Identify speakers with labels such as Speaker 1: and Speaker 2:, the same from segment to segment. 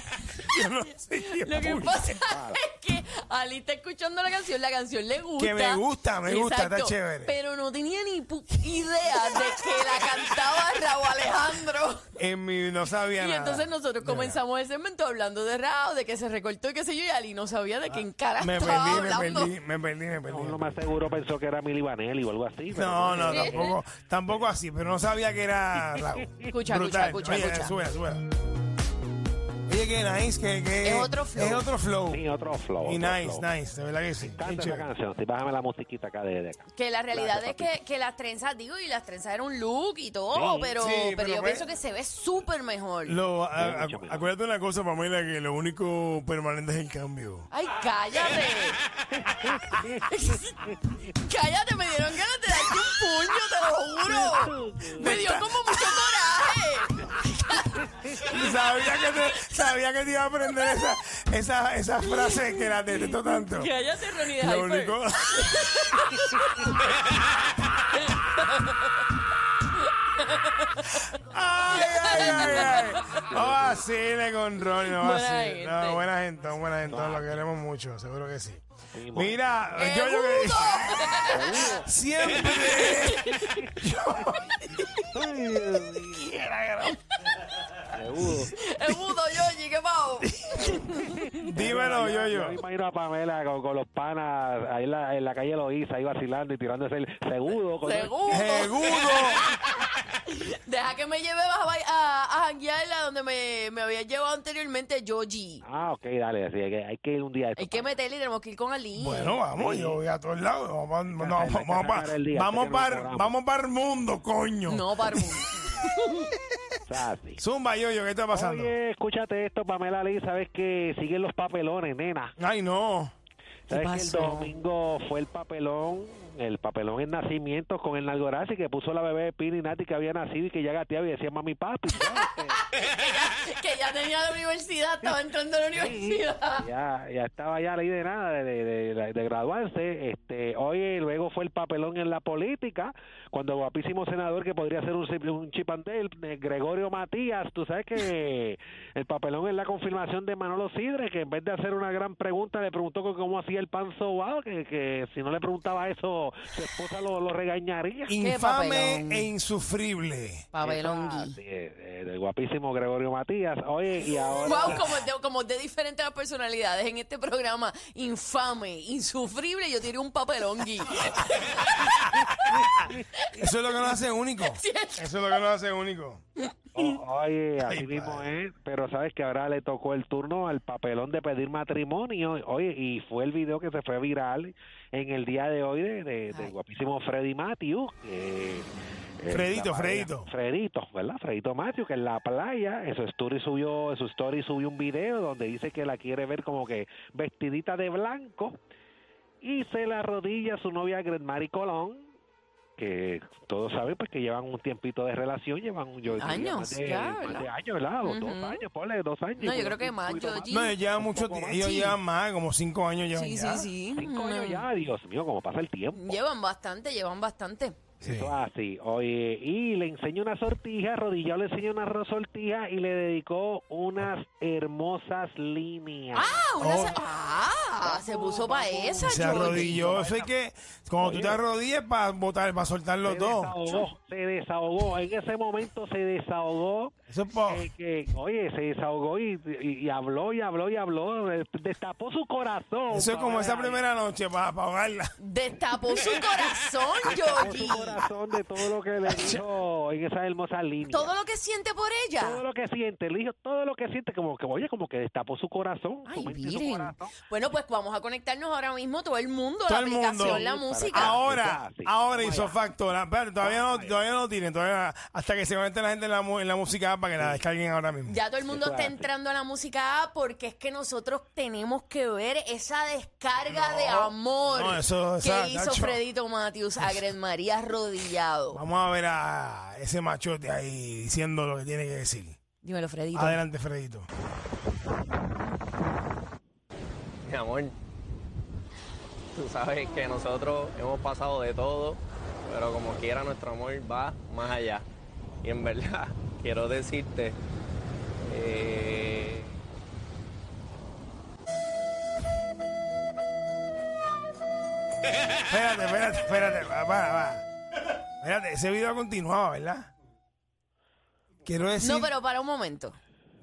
Speaker 1: Yo no sé qué
Speaker 2: lo que
Speaker 1: puñe-
Speaker 2: pasa es que Ali está escuchando la canción, la canción le gusta.
Speaker 1: Que me gusta, me gusta, está
Speaker 2: Exacto,
Speaker 1: chévere.
Speaker 2: Pero no tenía ni pu- idea de que la cantaba Raúl Alejandro.
Speaker 1: En mi no sabía
Speaker 2: Y
Speaker 1: nada.
Speaker 2: entonces nosotros comenzamos el segmento hablando de Raúl, de que se recortó y qué sé yo, y Ali no sabía de quién cara
Speaker 1: Ah, Me
Speaker 2: estaba
Speaker 1: perdí, me
Speaker 2: hablando.
Speaker 1: perdí, me perdí, me perdí.
Speaker 3: Uno más seguro pensó que era Milly Vanelli o algo así. pero
Speaker 1: No, no, tampoco, tampoco así, pero no sabía que era Raúl.
Speaker 2: Escucha,
Speaker 1: Brutal.
Speaker 2: escucha,
Speaker 1: Oye,
Speaker 2: escucha.
Speaker 1: Súbela, súbela. Oye, que nice, que, que-
Speaker 2: Es otro flow.
Speaker 1: Es otro flow.
Speaker 3: Sí, otro flow.
Speaker 1: Y
Speaker 3: otro
Speaker 1: nice,
Speaker 3: flow.
Speaker 1: nice, de verdad que sí. Bien
Speaker 3: Canta esa
Speaker 1: chévere.
Speaker 3: canción, sí, bájame la musiquita acá de, de acá.
Speaker 2: Que la realidad
Speaker 3: Gracias,
Speaker 2: es que, que las trenzas, digo, y las trenzas eran un look y todo,
Speaker 3: Sí.
Speaker 2: pero,
Speaker 1: Sí,
Speaker 2: pero,
Speaker 1: pero
Speaker 2: yo
Speaker 1: pues-
Speaker 2: pienso que se ve súper mejor.
Speaker 1: Lo, a-
Speaker 3: Bien,
Speaker 1: a-
Speaker 3: mucho mejor.
Speaker 1: acuérdate una cosa, Pamela, que lo único permanente es el cambio.
Speaker 2: Ay, cállate. cállate, me dieron ganas de darte un puño, te lo juro. Me dio como mucho coraje.
Speaker 1: Sabía que te, sabía que te iba a aprender esa, esa, esa frase que la detesto tanto.
Speaker 2: Cállate, Ronnie de
Speaker 1: Lo
Speaker 2: Hyper.
Speaker 1: único, ay, ay, ay, ay. Oh, vacile con Ronnie, no
Speaker 2: Buena
Speaker 1: vacile.
Speaker 2: gente.
Speaker 1: No, buena gente, buena gente, lo queremos mucho, seguro que sí. Mira,
Speaker 2: ¡Eh,
Speaker 1: yo, yo que
Speaker 2: Judo!
Speaker 1: siempre
Speaker 3: Seguro.
Speaker 2: Es mudo, Yoyi, qué pavo.
Speaker 1: dímelo yo
Speaker 3: Yo
Speaker 1: yo.
Speaker 3: imagino a Pamela con, con los panas ahí en la, en la calle Loíza, ahí vacilando y tirándose el segundo. con-
Speaker 2: Seguro.
Speaker 1: Segundo.
Speaker 2: Deja que me lleve a, a, a janguear a donde me, me había llevado anteriormente Yoyi.
Speaker 3: Ah, ok, dale, así que hay que ir un día. de estos,
Speaker 2: Hay que
Speaker 3: Pamela.
Speaker 2: meterle y tenemos que ir con Ali.
Speaker 1: Bueno, vamos, yo voy a todos lados. Vamos, no,
Speaker 3: hay que
Speaker 1: vamos,
Speaker 3: sacar el día,
Speaker 1: vamos,
Speaker 3: que no
Speaker 1: para,
Speaker 3: cobramos.
Speaker 1: vamos para el mundo, coño.
Speaker 2: No, Barbú.
Speaker 3: O sea, así.
Speaker 1: Zumba, yo, yo, ¿qué está pasando?
Speaker 3: Oye, escúchate esto, Pamela Lee, sabes que siguen los papelones, nena.
Speaker 1: Ay, no.
Speaker 3: Sabes que el
Speaker 2: pasó?
Speaker 3: domingo fue el papelón, el papelón en nacimientos con el Nalgorazi que puso la bebé de Pini Nati que había nacido y que ya gateaba y decía mami papi. ¿sabes?
Speaker 2: que ya tenía la universidad, estaba entrando a la universidad.
Speaker 3: ya, ya estaba ya ley de nada de, de- de- de graduarse. Este, oye, luego fue el papelón en la política, cuando guapísimo senador que podría ser un, simple- un chipandel, eh, Gregorio Matías, tú sabes que el papelón es la confirmación de Manolo Sidre, que en vez de hacer una gran pregunta le preguntó que cómo hacía el pan sobao, que, que si no le preguntaba eso, su esposa lo, lo regañaría.
Speaker 1: Infame
Speaker 2: papelón.
Speaker 1: e insufrible.
Speaker 3: Ah, sí, eh, del guapísimo Gregorio Matías. Oye, y ahora...
Speaker 2: Wow, como de, como de diferentes las personalidades en este programa, infame, insufrible, yo tiré un papelongui.
Speaker 1: Eso es lo que nos hace único. Eso es lo que nos hace único.
Speaker 3: O- Oh, oye, así
Speaker 1: Ay,
Speaker 3: mismo
Speaker 1: padre.
Speaker 3: es, pero sabes que ahora le tocó el turno al papelón de pedir matrimonio, oye, y fue el video que se fue viral en el día de hoy de, de- del
Speaker 2: Ay.
Speaker 3: guapísimo Freddy Matthews. que- eh,
Speaker 1: Fredito,
Speaker 3: la playa-
Speaker 1: Fredito.
Speaker 3: Fredito, ¿verdad? Fredito Matthews, que en la playa, en su story subió, en su story subió un video donde dice que la quiere ver como que vestidita de blanco y se la arrodilla su novia Mari Colón que todos saben pues que llevan un tiempito de relación, llevan un yo diría,
Speaker 2: Años,
Speaker 3: más de,
Speaker 2: ya,
Speaker 3: más
Speaker 2: ¿verdad?
Speaker 3: de años, ¿verdad? Dos, dos
Speaker 2: Ujú.
Speaker 3: años, ponle dos años.
Speaker 2: No, yo creo
Speaker 3: un
Speaker 2: que más,
Speaker 3: poquito
Speaker 2: yo-
Speaker 3: más.
Speaker 1: No, ellos llevan mucho
Speaker 3: poco
Speaker 1: tiempo.
Speaker 3: más.
Speaker 1: Ellos
Speaker 2: Sí.
Speaker 1: llevan más, como cinco años llevan
Speaker 2: Sí, sí,
Speaker 1: ya.
Speaker 2: sí.
Speaker 3: Cinco años ya, Dios mío, como pasa el tiempo.
Speaker 2: Llevan bastante, llevan bastante.
Speaker 3: Eso así. Oye, y le enseñó una sortija, Rodillado le enseñó una ro- sortija y le dedicó unas hermosas líneas.
Speaker 2: Ah, una se... Ah, se puso para esa,
Speaker 1: Oh. Se
Speaker 2: Jordi.
Speaker 1: arrodilló. Eso es que cuando tú te arrodillas para botar, para soltar los
Speaker 3: se
Speaker 1: dos.
Speaker 3: desahogó, se desahogó. En ese momento se desahogó.
Speaker 1: Eso es pa-
Speaker 3: eh, que, oye, se desahogó y, y- y habló y habló y habló. eh, Destapó su corazón.
Speaker 1: Eso es como
Speaker 3: papá.
Speaker 1: esa primera noche para ahogarla.
Speaker 2: Destapó su corazón,
Speaker 3: Destapó
Speaker 2: Yogi.
Speaker 3: su corazón de todo lo que le dijo en esa hermosa línea.
Speaker 2: Todo lo que siente por
Speaker 3: Todo
Speaker 2: ella.
Speaker 3: lo que siente, le dijo todo lo que siente, como que, oye, como que destapó su corazón. su
Speaker 2: Ay,
Speaker 3: mente y su
Speaker 2: miren.
Speaker 3: corazón.
Speaker 2: Bueno, pues vamos a conectarnos ahora mismo, todo el mundo,
Speaker 1: Todo
Speaker 2: la
Speaker 1: el mundo.
Speaker 2: aplicación, la música.
Speaker 1: Ahora,
Speaker 3: Eso es así.
Speaker 1: ahora
Speaker 3: Vamos
Speaker 1: hizo
Speaker 3: allá.
Speaker 1: factor. Espérate, todavía no, todavía no tienen, todavía hasta que se conecte la gente en la, mu- en la música para que la descarguen ahora mismo.
Speaker 2: Ya todo el mundo
Speaker 3: Eso es
Speaker 2: está
Speaker 3: así.
Speaker 2: entrando a la música A porque es que nosotros tenemos que ver esa descarga de amor
Speaker 1: no, eso-
Speaker 2: que
Speaker 1: esa-
Speaker 2: hizo
Speaker 1: Ah, Nacho.
Speaker 2: Fredito Matthews a Gret María Rodillado.
Speaker 1: Vamos a ver a ese machote ahí diciendo lo que tiene que decir.
Speaker 2: Dímelo, Fredito.
Speaker 1: Adelante, Fredito.
Speaker 4: Mi amor, tú sabes que nosotros hemos pasado de todo, pero como quiera nuestro amor va más allá. Y en verdad, quiero decirte... eh,
Speaker 1: Espérate, espérate, espérate. Va, va, va. Espérate, ese video continuaba, ¿verdad? Quiero decir,
Speaker 2: Ah, No, pero para un momento.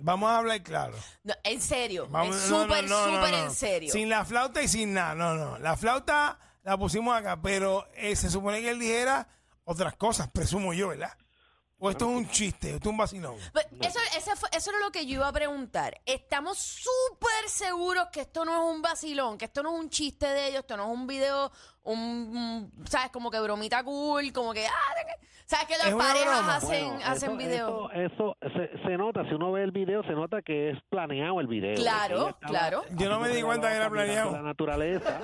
Speaker 1: vamos a hablar claro.
Speaker 2: No, en serio.
Speaker 1: Vamos,
Speaker 2: es
Speaker 1: no, no,
Speaker 2: súper,
Speaker 1: no, no,
Speaker 2: súper
Speaker 1: no.
Speaker 2: en serio.
Speaker 1: Sin la flauta y sin nada, no, no. La flauta la pusimos acá, pero eh, se supone que él dijera otras cosas, presumo yo, ¿verdad? O esto es un chiste, esto es un vacilón.
Speaker 2: Pero Pues, Eso, ese fue- eso era lo que yo iba a preguntar. Estamos súper seguros que esto no es un vacilón, que esto no es un chiste de ellos, esto no es un video, un, un- ¿sabes? Como que bromita cool, como que, ah, de que- ¿sabes? Que las
Speaker 1: Es una
Speaker 2: parejas
Speaker 1: broma.
Speaker 2: hacen,
Speaker 3: Bueno,
Speaker 2: hacen
Speaker 3: eso-
Speaker 2: video.
Speaker 3: Eso, eso se, se nota, si uno ve el video, se nota que es planeado el video.
Speaker 2: Claro,
Speaker 3: Ella estaba-
Speaker 2: claro.
Speaker 1: Yo no me di cuenta que era planeado.
Speaker 3: La naturaleza.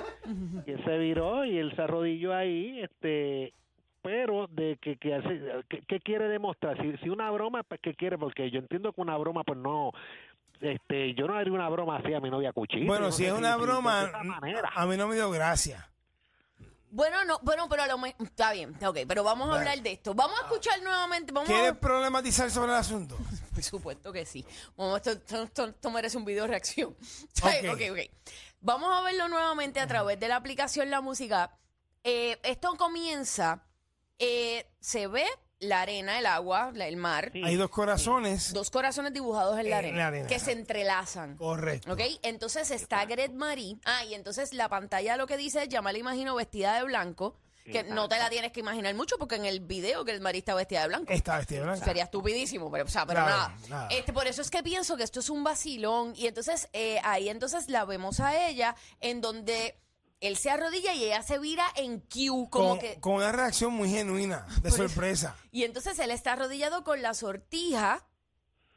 Speaker 3: y él se viró y él se arrodilló ahí, este pero de que, que, hace- que- que quiere demostrar si, si una broma pues qué quiere porque yo entiendo que una broma pues no este yo no haría una broma así a mi novia cuchillo
Speaker 1: Bueno, si es una broma,
Speaker 3: manera.
Speaker 1: a mí no me dio gracia.
Speaker 2: Bueno, no, bueno, pero a lo mejor, está bien, ok, pero vamos a
Speaker 1: Dale.
Speaker 2: hablar de esto. Vamos a escuchar nuevamente, vamos
Speaker 1: ¿Quieres
Speaker 2: a...
Speaker 1: problematizar sobre el asunto?
Speaker 2: Por supuesto que sí. Bueno, esto, esto- esto- esto merece un video de reacción. ¿Sabes?
Speaker 1: Ok.
Speaker 2: Ok, ok. Vamos a verlo nuevamente a través de la aplicación La Música. Eh, esto comienza, eh, se ve la arena, el agua, la- el mar,
Speaker 1: Hay dos corazones.
Speaker 2: dos corazones dibujados en la
Speaker 1: En
Speaker 2: arena,
Speaker 1: la arena.
Speaker 2: que se entrelazan.
Speaker 1: Correcto.
Speaker 2: ¿Ok? Entonces está Gret Marie. Ah, y entonces la pantalla lo que dice es, ya me la imagino vestida de blanco, que no te la tienes que imaginar mucho porque en el video Gret Marie está vestida de blanco.
Speaker 1: Esta vestida blanca.
Speaker 2: Sería estupidísimo, pero, o sea, pero
Speaker 1: Claro,
Speaker 2: nada.
Speaker 1: nada.
Speaker 2: Este, por eso es que pienso que esto es un vacilón. Y entonces eh, ahí entonces la vemos a ella en donde él se arrodilla y ella se vira en Q, como
Speaker 1: con,
Speaker 2: que...
Speaker 1: con una reacción muy genuina, de sorpresa.
Speaker 2: Y entonces él está arrodillado con la sortija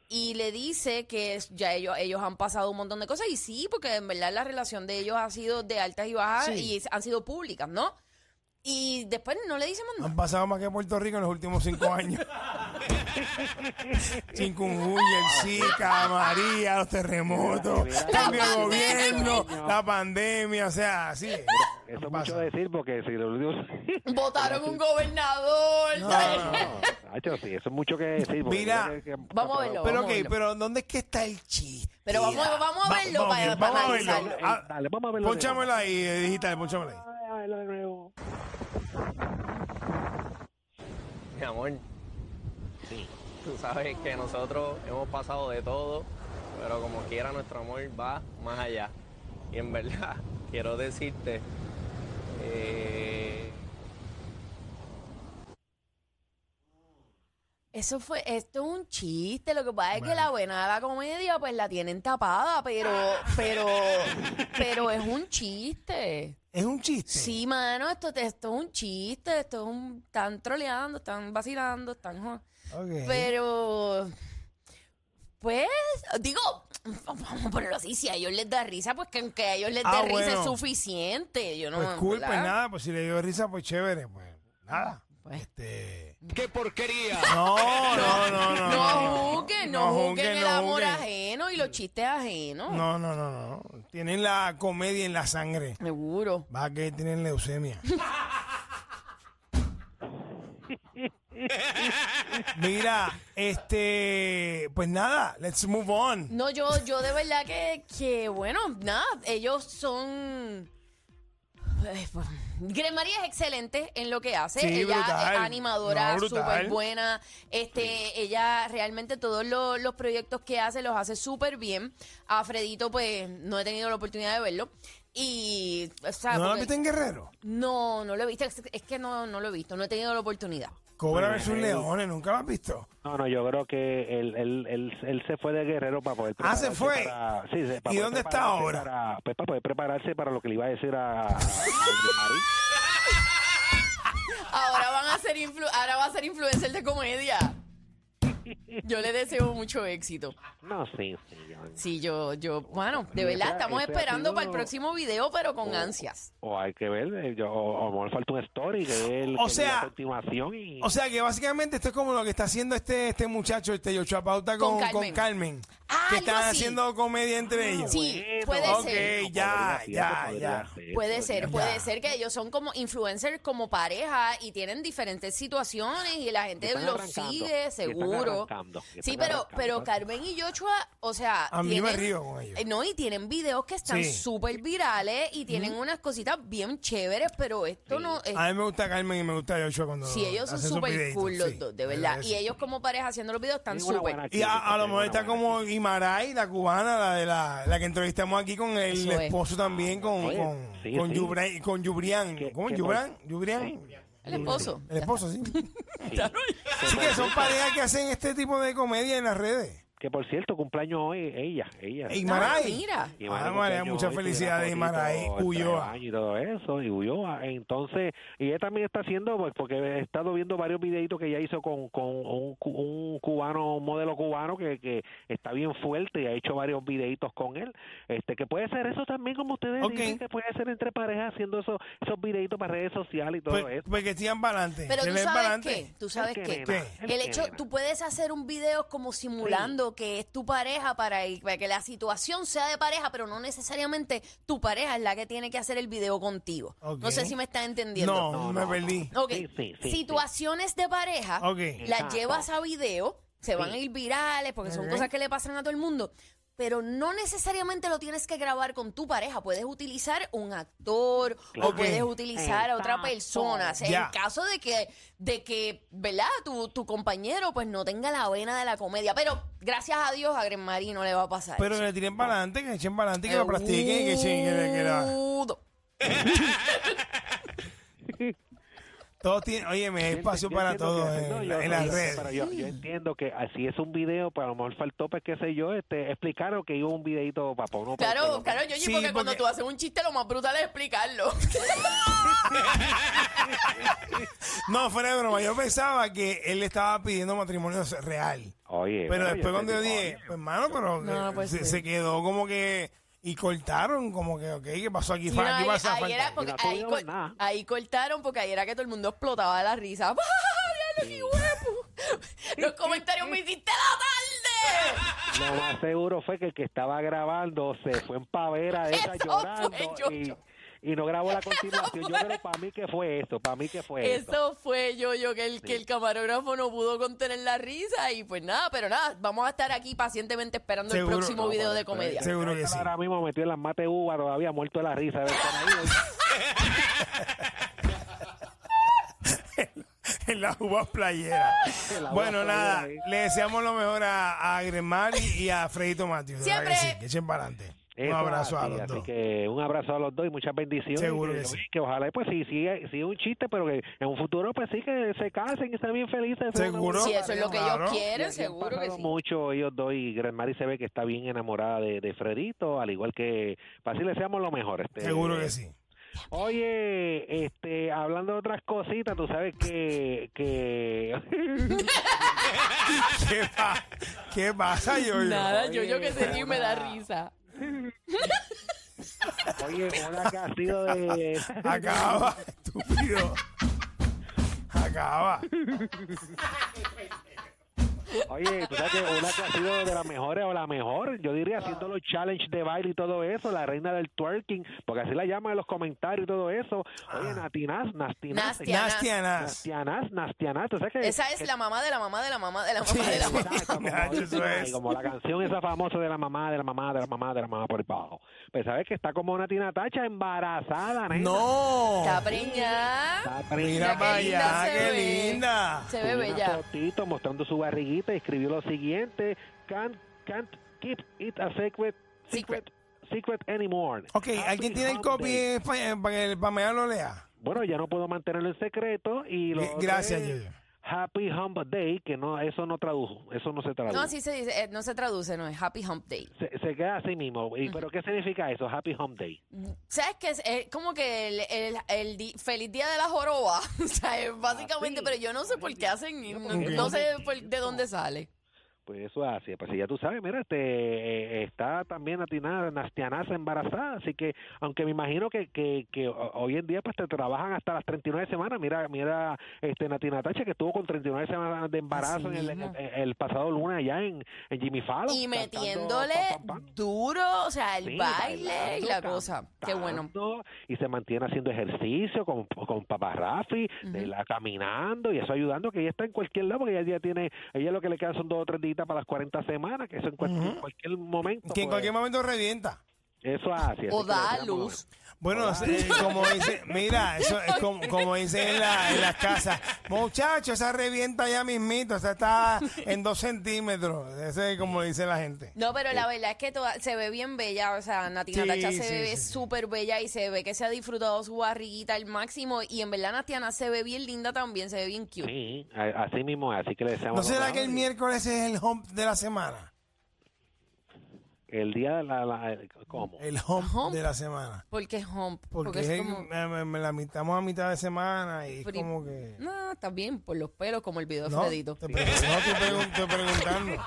Speaker 2: y le dice que es- ya ellos, ellos han pasado un montón de cosas. Y sí, porque en verdad la relación de ellos ha sido de altas y bajas y es- han sido públicas, ¿no? Y después no le dice más nada.
Speaker 1: Han pasado más que Puerto Rico en los últimos cinco años. Chikungunya, el Zika, María, los terremotos,
Speaker 3: La
Speaker 1: cambio de
Speaker 2: pandemia.
Speaker 1: gobierno, la pandemia, o sea, así. es.
Speaker 3: eso es
Speaker 1: Pasa.
Speaker 3: mucho decir porque si lo digo
Speaker 2: Votaron un gobernador.
Speaker 1: no, no.
Speaker 3: Nacho, sí, eso es mucho que decir porque
Speaker 1: Mira,
Speaker 3: tiene que-
Speaker 2: Vamos a verlo.
Speaker 1: Pero
Speaker 2: vamos
Speaker 1: ok,
Speaker 2: a verlo.
Speaker 1: pero ¿dónde es que está el chiste?
Speaker 2: Pero vamos, vamos a
Speaker 1: Va-
Speaker 2: verlo
Speaker 1: vamos,
Speaker 2: para,
Speaker 1: vamos
Speaker 2: para
Speaker 1: a verlo.
Speaker 2: analizarlo.
Speaker 1: Ah,
Speaker 3: Dale, vamos a verlo.
Speaker 1: Ponchámela ahí, eh, digital, ponchámela ahí.
Speaker 3: Vamos a verlo de nuevo.
Speaker 4: Mi amor, tú sabes que nosotros hemos pasado de todo, pero como quiera nuestro amor va más allá. Y en verdad, quiero decirte... eh,
Speaker 2: Eso fue, esto es un chiste. Lo que pasa es que la buena de la comedia, pues la tienen tapada, pero, pero, pero es un chiste.
Speaker 1: Es un chiste.
Speaker 2: Sí, mano, esto, esto es un chiste, esto es un, están troleando, están vacilando, están jo-
Speaker 1: Ok.
Speaker 2: Pero, pues, digo, vamos a ponerlo así, si a ellos les da risa, pues que aunque a ellos les
Speaker 1: Ah,
Speaker 2: dé risa es
Speaker 1: bueno.
Speaker 2: suficiente. Yo no,
Speaker 1: Pues cool, pues
Speaker 2: ¿verdad?
Speaker 1: nada, pues si le dio risa, pues chévere, pues nada.
Speaker 2: Pues.
Speaker 1: Este... ¡Qué porquería! No, no, no, no.
Speaker 2: No juzguen, no, juzguen el
Speaker 1: no
Speaker 2: amor
Speaker 1: juzguen.
Speaker 2: ajeno y los chistes ajenos.
Speaker 1: No, no, no, no. Tienen la comedia en la sangre.
Speaker 2: Seguro.
Speaker 1: Va que tienen leucemia. Mira, este, pues nada, let's move on.
Speaker 2: No, yo, yo de verdad que, que, bueno, nada, ellos son... Ay, pues, Gren María es excelente en lo que hace.
Speaker 1: Sí,
Speaker 2: ella
Speaker 1: brutal.
Speaker 2: es animadora,
Speaker 1: No, brutal.
Speaker 2: súper buena. Este, ella realmente todos lo- los proyectos que hace los hace súper bien. A Fredito, pues, no he tenido la oportunidad de verlo. Y, o sea,
Speaker 1: ¿No la
Speaker 2: Ah, porque-
Speaker 1: viste en Guerrero?
Speaker 2: no, no lo he visto. Es- Es que no, no lo he visto, no he tenido la oportunidad.
Speaker 1: Cobra versus Leones, nunca la has visto.
Speaker 3: No, no, yo creo que él, él, él, él se fue de Guerrero para poder
Speaker 1: Ah, se
Speaker 3: prepararse
Speaker 1: fue.
Speaker 3: para- sí, se- para
Speaker 1: ¿Y
Speaker 3: poder
Speaker 1: dónde está
Speaker 3: prepararse
Speaker 1: ahora?
Speaker 3: para- pues para poder prepararse para lo que le iba a decir a, a- a Mari.
Speaker 2: Ahora van a ser influ- ahora va a ser influencer de comedia. Yo le deseo mucho éxito.
Speaker 3: No, sí, sí. yo-
Speaker 2: Sí, yo, yo, bueno, de verdad,
Speaker 3: ese-
Speaker 2: estamos
Speaker 3: ese ha
Speaker 2: esperando
Speaker 3: sido-
Speaker 2: para el próximo video, pero con ansias.
Speaker 3: O hay que ver, eh, yo, o, o a lo mejor falta un story que él
Speaker 1: O
Speaker 3: que
Speaker 1: sea-
Speaker 3: diga a continuación y...
Speaker 1: O sea que básicamente esto es como lo que está haciendo este, este muchacho, este Yochoa Pauta con,
Speaker 2: Con Carmen.
Speaker 1: con Carmen.
Speaker 2: Ah,
Speaker 1: que
Speaker 2: algo
Speaker 1: están
Speaker 2: así. Ah,
Speaker 1: haciendo comedia entre ellos.
Speaker 2: Sí,
Speaker 3: Bueno,
Speaker 2: puede
Speaker 1: ok.
Speaker 2: ser.
Speaker 1: ser. ya,
Speaker 3: Podría ser,
Speaker 1: ya,
Speaker 3: podría
Speaker 1: ya.
Speaker 3: ser,
Speaker 2: Puede
Speaker 3: podría
Speaker 2: ser, puede ser que ellos son como influencers como pareja y tienen diferentes situaciones y la gente
Speaker 3: Están
Speaker 2: los
Speaker 3: arrancando,
Speaker 2: sigue,
Speaker 3: están
Speaker 2: seguro.
Speaker 3: arrancando,
Speaker 2: Sí,
Speaker 3: están
Speaker 2: pero,
Speaker 3: arrancando.
Speaker 2: pero Carmen y Joshua, o sea,
Speaker 1: A mí me río con ellos.
Speaker 2: eh, No, y tienen videos que están
Speaker 1: Sí.
Speaker 2: súper virales y tienen unas cositas bien chéveres, pero esto no es
Speaker 1: A mí me gusta Carmen y me gusta Yochoa cuando.
Speaker 2: Eh. Sí, ellos son
Speaker 1: hacen sus
Speaker 2: súper
Speaker 1: Ah, videitos,
Speaker 2: cool los
Speaker 1: sí.
Speaker 2: dos, de verdad.
Speaker 1: que
Speaker 2: Y
Speaker 1: sí.
Speaker 2: ellos como pareja haciendo los videos están
Speaker 3: Tienen una
Speaker 2: súper.
Speaker 3: buena
Speaker 1: Y a, a lo
Speaker 3: tienen
Speaker 1: mejor
Speaker 3: una
Speaker 1: está
Speaker 3: buena
Speaker 1: como Imaray, la cubana, la de la, la que entrevistamos aquí con el
Speaker 2: Eso es.
Speaker 1: esposo también, con,
Speaker 3: Oye,
Speaker 1: con,
Speaker 3: Ah, sí,
Speaker 1: con,
Speaker 3: sí.
Speaker 1: Yubra- con Yubrián.
Speaker 3: Que-
Speaker 1: ¿Cómo?
Speaker 3: que
Speaker 1: ¿Yubrián? ¿Yubrián?
Speaker 2: El esposo.
Speaker 1: El esposo, sí.
Speaker 3: Que
Speaker 1: Así
Speaker 3: por
Speaker 1: que son
Speaker 3: cierto-
Speaker 1: parejas que hacen este tipo de comedia en las redes. E
Speaker 3: Que por cierto, cumpleaños hoy, ella, ella.
Speaker 1: Imaray.
Speaker 2: mira.
Speaker 3: Y
Speaker 1: Ah,
Speaker 3: María,
Speaker 1: María,
Speaker 3: cumpleaños
Speaker 1: muchas
Speaker 3: hoy, tuviera
Speaker 1: felicidades,
Speaker 3: fotito,
Speaker 1: Imaray
Speaker 3: el
Speaker 1: Ulloa.
Speaker 3: trabajo Y todo eso, y Ulloa. Entonces, y ella también está haciendo, pues, porque he estado viendo varios videitos que ella hizo con, con un, cu- un cubano, un modelo cubano que, que está bien fuerte y ha hecho varios videitos con él. este Que puede ser eso también, como ustedes
Speaker 1: Ok.
Speaker 3: dicen, que puede ser entre parejas haciendo esos esos videitos para redes sociales y todo
Speaker 1: Pues,
Speaker 3: eso.
Speaker 1: pues que sigan para adelante.
Speaker 2: Pero tú sabes qué, tú sabes
Speaker 3: El
Speaker 2: qué.
Speaker 3: que
Speaker 1: nena,
Speaker 3: el
Speaker 2: El
Speaker 3: que
Speaker 2: hecho,
Speaker 3: nena.
Speaker 2: tú puedes hacer un video como simulando que es tu pareja para, y- para que la situación sea de pareja, pero no necesariamente tu pareja es la que tiene que hacer el video contigo.
Speaker 1: Ok.
Speaker 2: No sé si me estás entendiendo.
Speaker 1: No,
Speaker 3: No,
Speaker 1: me
Speaker 3: no,
Speaker 1: perdí.
Speaker 2: Ok,
Speaker 3: Sí, sí, sí,
Speaker 2: situaciones de pareja,
Speaker 1: Ok.
Speaker 2: las
Speaker 3: Exacto.
Speaker 2: llevas a video, se van
Speaker 3: Sí.
Speaker 2: a ir virales porque son
Speaker 1: Ok.
Speaker 2: cosas que le pasan a todo el mundo. Pero no necesariamente lo tienes que grabar con tu pareja. Puedes utilizar un actor
Speaker 1: Claro.
Speaker 2: o puedes utilizar a otra
Speaker 3: Exacto.
Speaker 2: persona. O sea,
Speaker 1: Ya.
Speaker 2: En caso de que, de que ¿verdad? Tu, tu compañero pues no tenga la vena de la comedia. Pero gracias a Dios a Gren Marie no le va a pasar.
Speaker 1: Pero que le tiren para adelante, que echen para adelante,
Speaker 2: Eh,
Speaker 1: que la practiquen, que echen, que, la- que la...
Speaker 2: Seguro.
Speaker 1: Todos tienen, oye, me hay espacio para
Speaker 3: entiendo
Speaker 1: todos
Speaker 3: que- no,
Speaker 1: en,
Speaker 3: yo-
Speaker 1: en las
Speaker 3: yo-
Speaker 1: redes.
Speaker 3: Pero yo, yo entiendo que así es un video, pero a lo mejor faltó, pues qué sé yo, este, explicaron que iba un videito para uno. para-
Speaker 2: Claro,
Speaker 3: para-
Speaker 2: claro, Yoyi,
Speaker 1: Sí,
Speaker 2: porque, cuando
Speaker 1: porque-
Speaker 2: tú haces un chiste lo más brutal es explicarlo.
Speaker 1: No, fuera de broma, yo pensaba que él le estaba pidiendo matrimonio real.
Speaker 3: Oye,
Speaker 1: Pero
Speaker 3: bueno,
Speaker 1: después
Speaker 3: te
Speaker 1: cuando yo
Speaker 3: digo,
Speaker 1: dije, pues hermano, pero
Speaker 2: No,
Speaker 1: eh,
Speaker 2: pues,
Speaker 1: se,
Speaker 2: sí.
Speaker 1: se quedó como que... Y cortaron como que, ok, ¿qué pasó aquí?
Speaker 2: Y no,
Speaker 1: Fa- ¿Qué
Speaker 2: ahí-
Speaker 1: pasa?
Speaker 2: ahí, era
Speaker 1: Falta-
Speaker 2: porque
Speaker 3: Y no
Speaker 2: ahí
Speaker 3: tuvieron
Speaker 2: cor-
Speaker 3: nada.
Speaker 2: ahí cortaron porque ahí era que todo el mundo explotaba de la risa. ¡Diablo, qué huevo! Los comentarios me hiciste la tarde.
Speaker 3: oye, Lo más seguro fue que el que estaba grabando se fue en pavera de esa
Speaker 2: Eso
Speaker 3: llorando y,
Speaker 2: fue, Yoyo.
Speaker 3: y no grabó la continuación. Yo creo para mí que fue eso, para mí que fue eso.
Speaker 2: Eso fue yo, yo, que el, que el camarógrafo no pudo contener la risa y pues nada, pero nada, vamos a estar aquí pacientemente esperando
Speaker 1: Seguro.
Speaker 2: el próximo
Speaker 1: No,
Speaker 2: video
Speaker 1: bueno,
Speaker 2: de comedia.
Speaker 1: sí. Seguro que sí.
Speaker 3: Ahora mismo metió en las mate uva, todavía muerto de la risa. de estar ahí.
Speaker 1: en las uvas playeras.
Speaker 3: En las
Speaker 1: bueno,
Speaker 3: uvas
Speaker 1: nada,
Speaker 3: playeras,
Speaker 1: le deseamos lo mejor a, a Gremari y a Fredito Matthews. de verdad que
Speaker 2: Siempre.
Speaker 1: sí, que echen para adelante. Un
Speaker 3: Eso
Speaker 1: abrazo a
Speaker 3: así,
Speaker 1: los
Speaker 3: así
Speaker 1: dos.
Speaker 3: que un abrazo a los dos y muchas bendiciones.
Speaker 1: Seguro
Speaker 3: Y
Speaker 1: que sí.
Speaker 3: que ojalá, pues sí, sí, sí es un chiste, pero que en un futuro, pues sí, que se casen y estén bien felices. Eso es una
Speaker 1: Seguro.
Speaker 3: buena
Speaker 2: Si eso es lo que
Speaker 1: Claro.
Speaker 2: ellos
Speaker 3: pareja. Y
Speaker 2: quieren,
Speaker 3: han
Speaker 2: seguro que
Speaker 3: pasado
Speaker 2: sí.
Speaker 3: mucho ellos dos y Mari se ve que está bien enamorada de, de Fredito, al igual que para así le seamos lo mejor. Este,
Speaker 1: Seguro que sí.
Speaker 3: Oye, este, hablando de otras cositas, tú sabes que, que
Speaker 1: ¿Qué, pa- qué pasa, yo?
Speaker 2: Nada, yo, yo que se ríe y me da risa.
Speaker 3: oye, una que ha sido de
Speaker 1: Acaba, estúpido. Acaba.
Speaker 3: Oye, tú sabes que una que ha sido de las mejores o la mejor, yo diría haciendo los challenge de baile y todo eso, la reina del twerking, porque así la llaman en los comentarios y todo eso.
Speaker 1: Ah.
Speaker 3: Oye, Natinaz, Natinaz.
Speaker 2: Nastia.
Speaker 1: Nastianas.
Speaker 3: Nastianaz, Nastianaz, tú sabes que...
Speaker 2: Esa es la mamá de la mamá de la mamá de la mamá de la mamá.
Speaker 3: Exacto, como,
Speaker 1: Nacho,
Speaker 3: dicen
Speaker 1: eso
Speaker 3: ahí,
Speaker 1: es.
Speaker 3: como la canción esa famosa de la mamá, de la mamá, de la mamá, de la mamá por el bajo. Pues sabes que está como una tina tacha embarazada, nena.
Speaker 1: No.
Speaker 2: Está preñada.
Speaker 1: Mira
Speaker 3: Está preñada.
Speaker 1: para
Speaker 2: linda
Speaker 1: allá,
Speaker 2: se
Speaker 1: qué
Speaker 2: ve.
Speaker 1: linda.
Speaker 2: Se ve
Speaker 3: Una
Speaker 2: bella.
Speaker 3: fotito mostrando su barriguita y escribió lo siguiente: Can't, can't keep it a secret, secret, secret anymore.
Speaker 1: Ok, ¿alguien
Speaker 3: Happy
Speaker 1: tiene el
Speaker 3: hump
Speaker 1: copy
Speaker 3: day.
Speaker 1: eh, pa- eh, para que el Pamela lo lea?
Speaker 3: Bueno, ya no puedo mantenerlo en secreto y lo
Speaker 1: Eh,
Speaker 3: otro
Speaker 1: Gracias,
Speaker 3: es
Speaker 1: Yoyo.
Speaker 3: Happy Hump Day, que no, eso no tradujo, eso no se tradujo.
Speaker 2: No, así se dice, eh, no se traduce, no es Happy Hump Day.
Speaker 3: se, se queda así mismo. ¿Y, ¿Pero qué significa eso? Happy Hump Day.
Speaker 2: ¿Sabes qué? Es, es como que el, el- el di- feliz día de la joroba. o sea, es básicamente,
Speaker 3: sí.
Speaker 2: pero yo no sé por qué hacen, y no,
Speaker 1: Ok.
Speaker 2: no sé por- de dónde sale.
Speaker 3: Pues eso es así. Pues si ya tú sabes, mira, este, eh, está también atinada, Nastianaza embarazada. Así que, aunque me imagino que, que, que ho- hoy en día pues te trabajan hasta las 39 semanas. Mira, mira, este, Natina Tacha que estuvo con 39 semanas de embarazo
Speaker 2: Así
Speaker 3: en el,
Speaker 2: mismo.
Speaker 3: el- el pasado lunes allá en, en Jimmy Fallon.
Speaker 2: Y
Speaker 3: cantando
Speaker 2: metiéndole
Speaker 3: pam, pam, pam.
Speaker 2: duro, o sea, el
Speaker 3: Sí,
Speaker 2: baile y
Speaker 3: bailando,
Speaker 2: la cosa. Qué bueno.
Speaker 3: cantando, Y se mantiene haciendo ejercicio con, con papá Rafi, de la- caminando y eso ayudando, que ella está en cualquier lado, porque ella ya tiene, ella lo que le quedan son dos o tres días para las 40 semanas, que eso en cualquier, cualquier momento.
Speaker 1: Que en
Speaker 3: pues,
Speaker 1: cualquier momento revienta.
Speaker 3: Eso hace. así
Speaker 2: O
Speaker 3: que
Speaker 2: da
Speaker 3: le tiramos
Speaker 2: luz.
Speaker 1: Bueno, eh, como dice, mira, eso es como, como dice en, la, en las casas, muchachos, esa revienta ya mismito, esa está en dos centímetros, ese es como dice la gente.
Speaker 2: No, pero la verdad es que toda- se ve bien bella, o sea, Natina
Speaker 1: Sí,
Speaker 2: Tacha
Speaker 1: sí,
Speaker 2: se ve
Speaker 1: sí, sí.
Speaker 2: súper bella y se ve que se ha disfrutado su barriguita al máximo y en verdad Natiana se ve bien linda también, se ve bien
Speaker 3: la-
Speaker 2: cute.
Speaker 3: Sí, a- así mismo, es, así que le deseamos.
Speaker 1: ¿No será
Speaker 3: lo
Speaker 1: que el
Speaker 3: mejor.
Speaker 1: miércoles es el hump de la semana?
Speaker 3: El día de la. la- el- ¿Cómo?
Speaker 1: El hump,
Speaker 2: Hump.
Speaker 1: de la semana.
Speaker 2: Porque es hump, porque,
Speaker 1: Porque,
Speaker 2: es
Speaker 1: es el-
Speaker 2: como...
Speaker 1: eh, me- la mitamos a mitad de semana y es
Speaker 2: Pero y-
Speaker 1: como que...
Speaker 2: No, está bien, por los pelos, como el video de
Speaker 1: No,
Speaker 2: Fredito.
Speaker 1: te, pre- no, estoy pregun- estoy preguntando.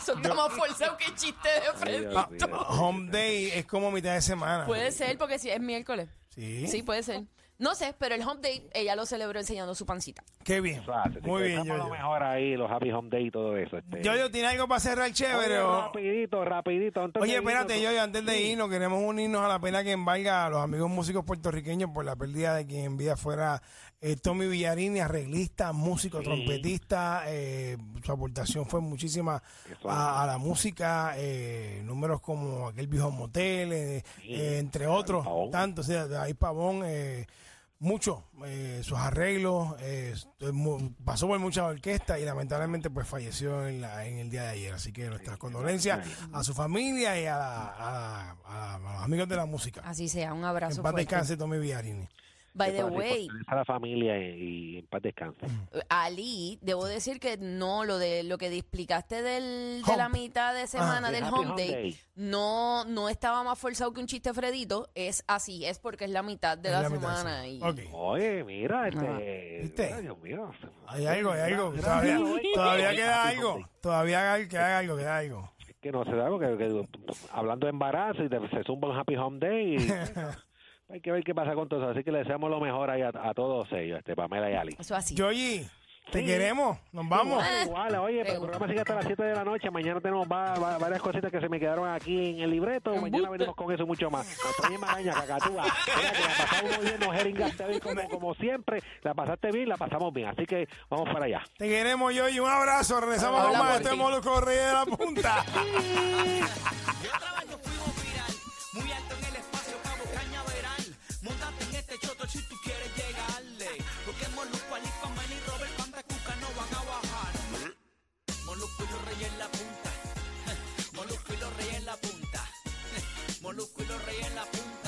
Speaker 2: Eso está más forzado que el chiste de
Speaker 3: Dios
Speaker 2: Fredito.
Speaker 3: mío.
Speaker 1: Home Ah, day es como mitad de semana.
Speaker 2: Puede ser, porque si es miércoles.
Speaker 1: Sí.
Speaker 2: Pues, Sí, puede ser. No sé, pero el hump day ella lo celebró enseñando su pancita.
Speaker 1: Qué bien.
Speaker 3: Eso hace, así
Speaker 1: Muy
Speaker 3: que
Speaker 1: bien,
Speaker 3: deseamos
Speaker 1: yo.
Speaker 3: lo mejor ahí, los Happy Home Day y todo eso. Este.
Speaker 1: Yo, yo, ¿tiene algo para cerrar chévere?
Speaker 3: Oye,
Speaker 1: o-
Speaker 3: rapidito, rapidito. antes
Speaker 1: Oye,
Speaker 3: de irnos, pues,
Speaker 1: espérate,
Speaker 3: tú-
Speaker 1: yo, yo, antes de irnos, queremos unirnos a la pena que embarga a los amigos músicos puertorriqueños por la pérdida de quien en vida fuera eh, Tommy Villarini, arreglista, músico, trompetista. eh, su aportación fue muchísima a, a la música, eh, números como aquel viejo motel, eh, eh, entre otros,
Speaker 3: Pavón.
Speaker 1: tantos, o sea, de ahí Pavón. eh, mucho, eh, sus arreglos, eh, es mu- pasó por muchas orquestas y lamentablemente pues falleció en, la- en el día de ayer. Así que nuestras condolencias a su familia y a, la- a- a- a los amigos de la música.
Speaker 2: Así sea, un
Speaker 1: En
Speaker 2: abrazo
Speaker 1: paz
Speaker 2: fuerte.
Speaker 1: descanse Tommy Villarini.
Speaker 2: By the
Speaker 3: Así,
Speaker 2: way,
Speaker 3: fortaleza a la familia y, y en paz descanse.
Speaker 2: Ali, debo decir que no, lo de lo que explicaste del, de la
Speaker 1: Hump.
Speaker 2: mitad de semana
Speaker 3: Ah,
Speaker 2: del
Speaker 3: Happy
Speaker 2: home
Speaker 3: Hump
Speaker 2: day,
Speaker 3: Day.
Speaker 2: no no estaba más forzado que un chiste Fredito, es así, es porque es la mitad de
Speaker 1: Es
Speaker 2: la,
Speaker 1: la mitad de
Speaker 2: semana. y-
Speaker 1: Ok.
Speaker 3: Oye, mira, este.
Speaker 1: ¿Viste?
Speaker 3: ay, Dios mío.
Speaker 1: Hay algo, hay algo.
Speaker 3: Mira,
Speaker 1: Todavía,
Speaker 3: mira, oye,
Speaker 1: todavía
Speaker 3: oye,
Speaker 1: queda
Speaker 3: papi,
Speaker 1: algo.
Speaker 3: papi,
Speaker 1: Todavía hay- queda algo, queda algo.
Speaker 3: Que no se da, porque que- hablando de embarazo y de- se zumba un happy home day. y- hay que ver qué pasa con todo eso. Así que le deseamos lo mejor ahí a, a todos ellos, este, Pamela y Ali.
Speaker 2: Eso así.
Speaker 1: Yoyi, te queremos. Nos vamos.
Speaker 3: Igual, oye, pero el programa sigue hasta las 7 de la noche. Mañana tenemos va- va- varias cositas que se me quedaron aquí en el libreto. Mañana venimos con eso y mucho más. Antonio Maraña, Cacatúa. Mira, que la pasamos muy bien, nos jeringaste hoy como, como siempre. La pasaste bien, la pasamos bien. Así que vamos para allá.
Speaker 1: Te queremos, Yoyi. Un abrazo. Regresamos con
Speaker 2: Hablamos
Speaker 1: más.
Speaker 2: de
Speaker 1: Esto es
Speaker 2: ti.
Speaker 1: Molusco Reyes de la Punta.
Speaker 5: Yo trabajo fuimos viral, muy alto en el espacio cabo cañaveral. Montate en este choto si tú quieres llegarle. Porque Molusco, Ali, Pamela y Robert Panta Cuca no van a bajar. Molusco y los reyes en la punta. Molusco y los reyes en la punta. Molusco y los reyes en la punta.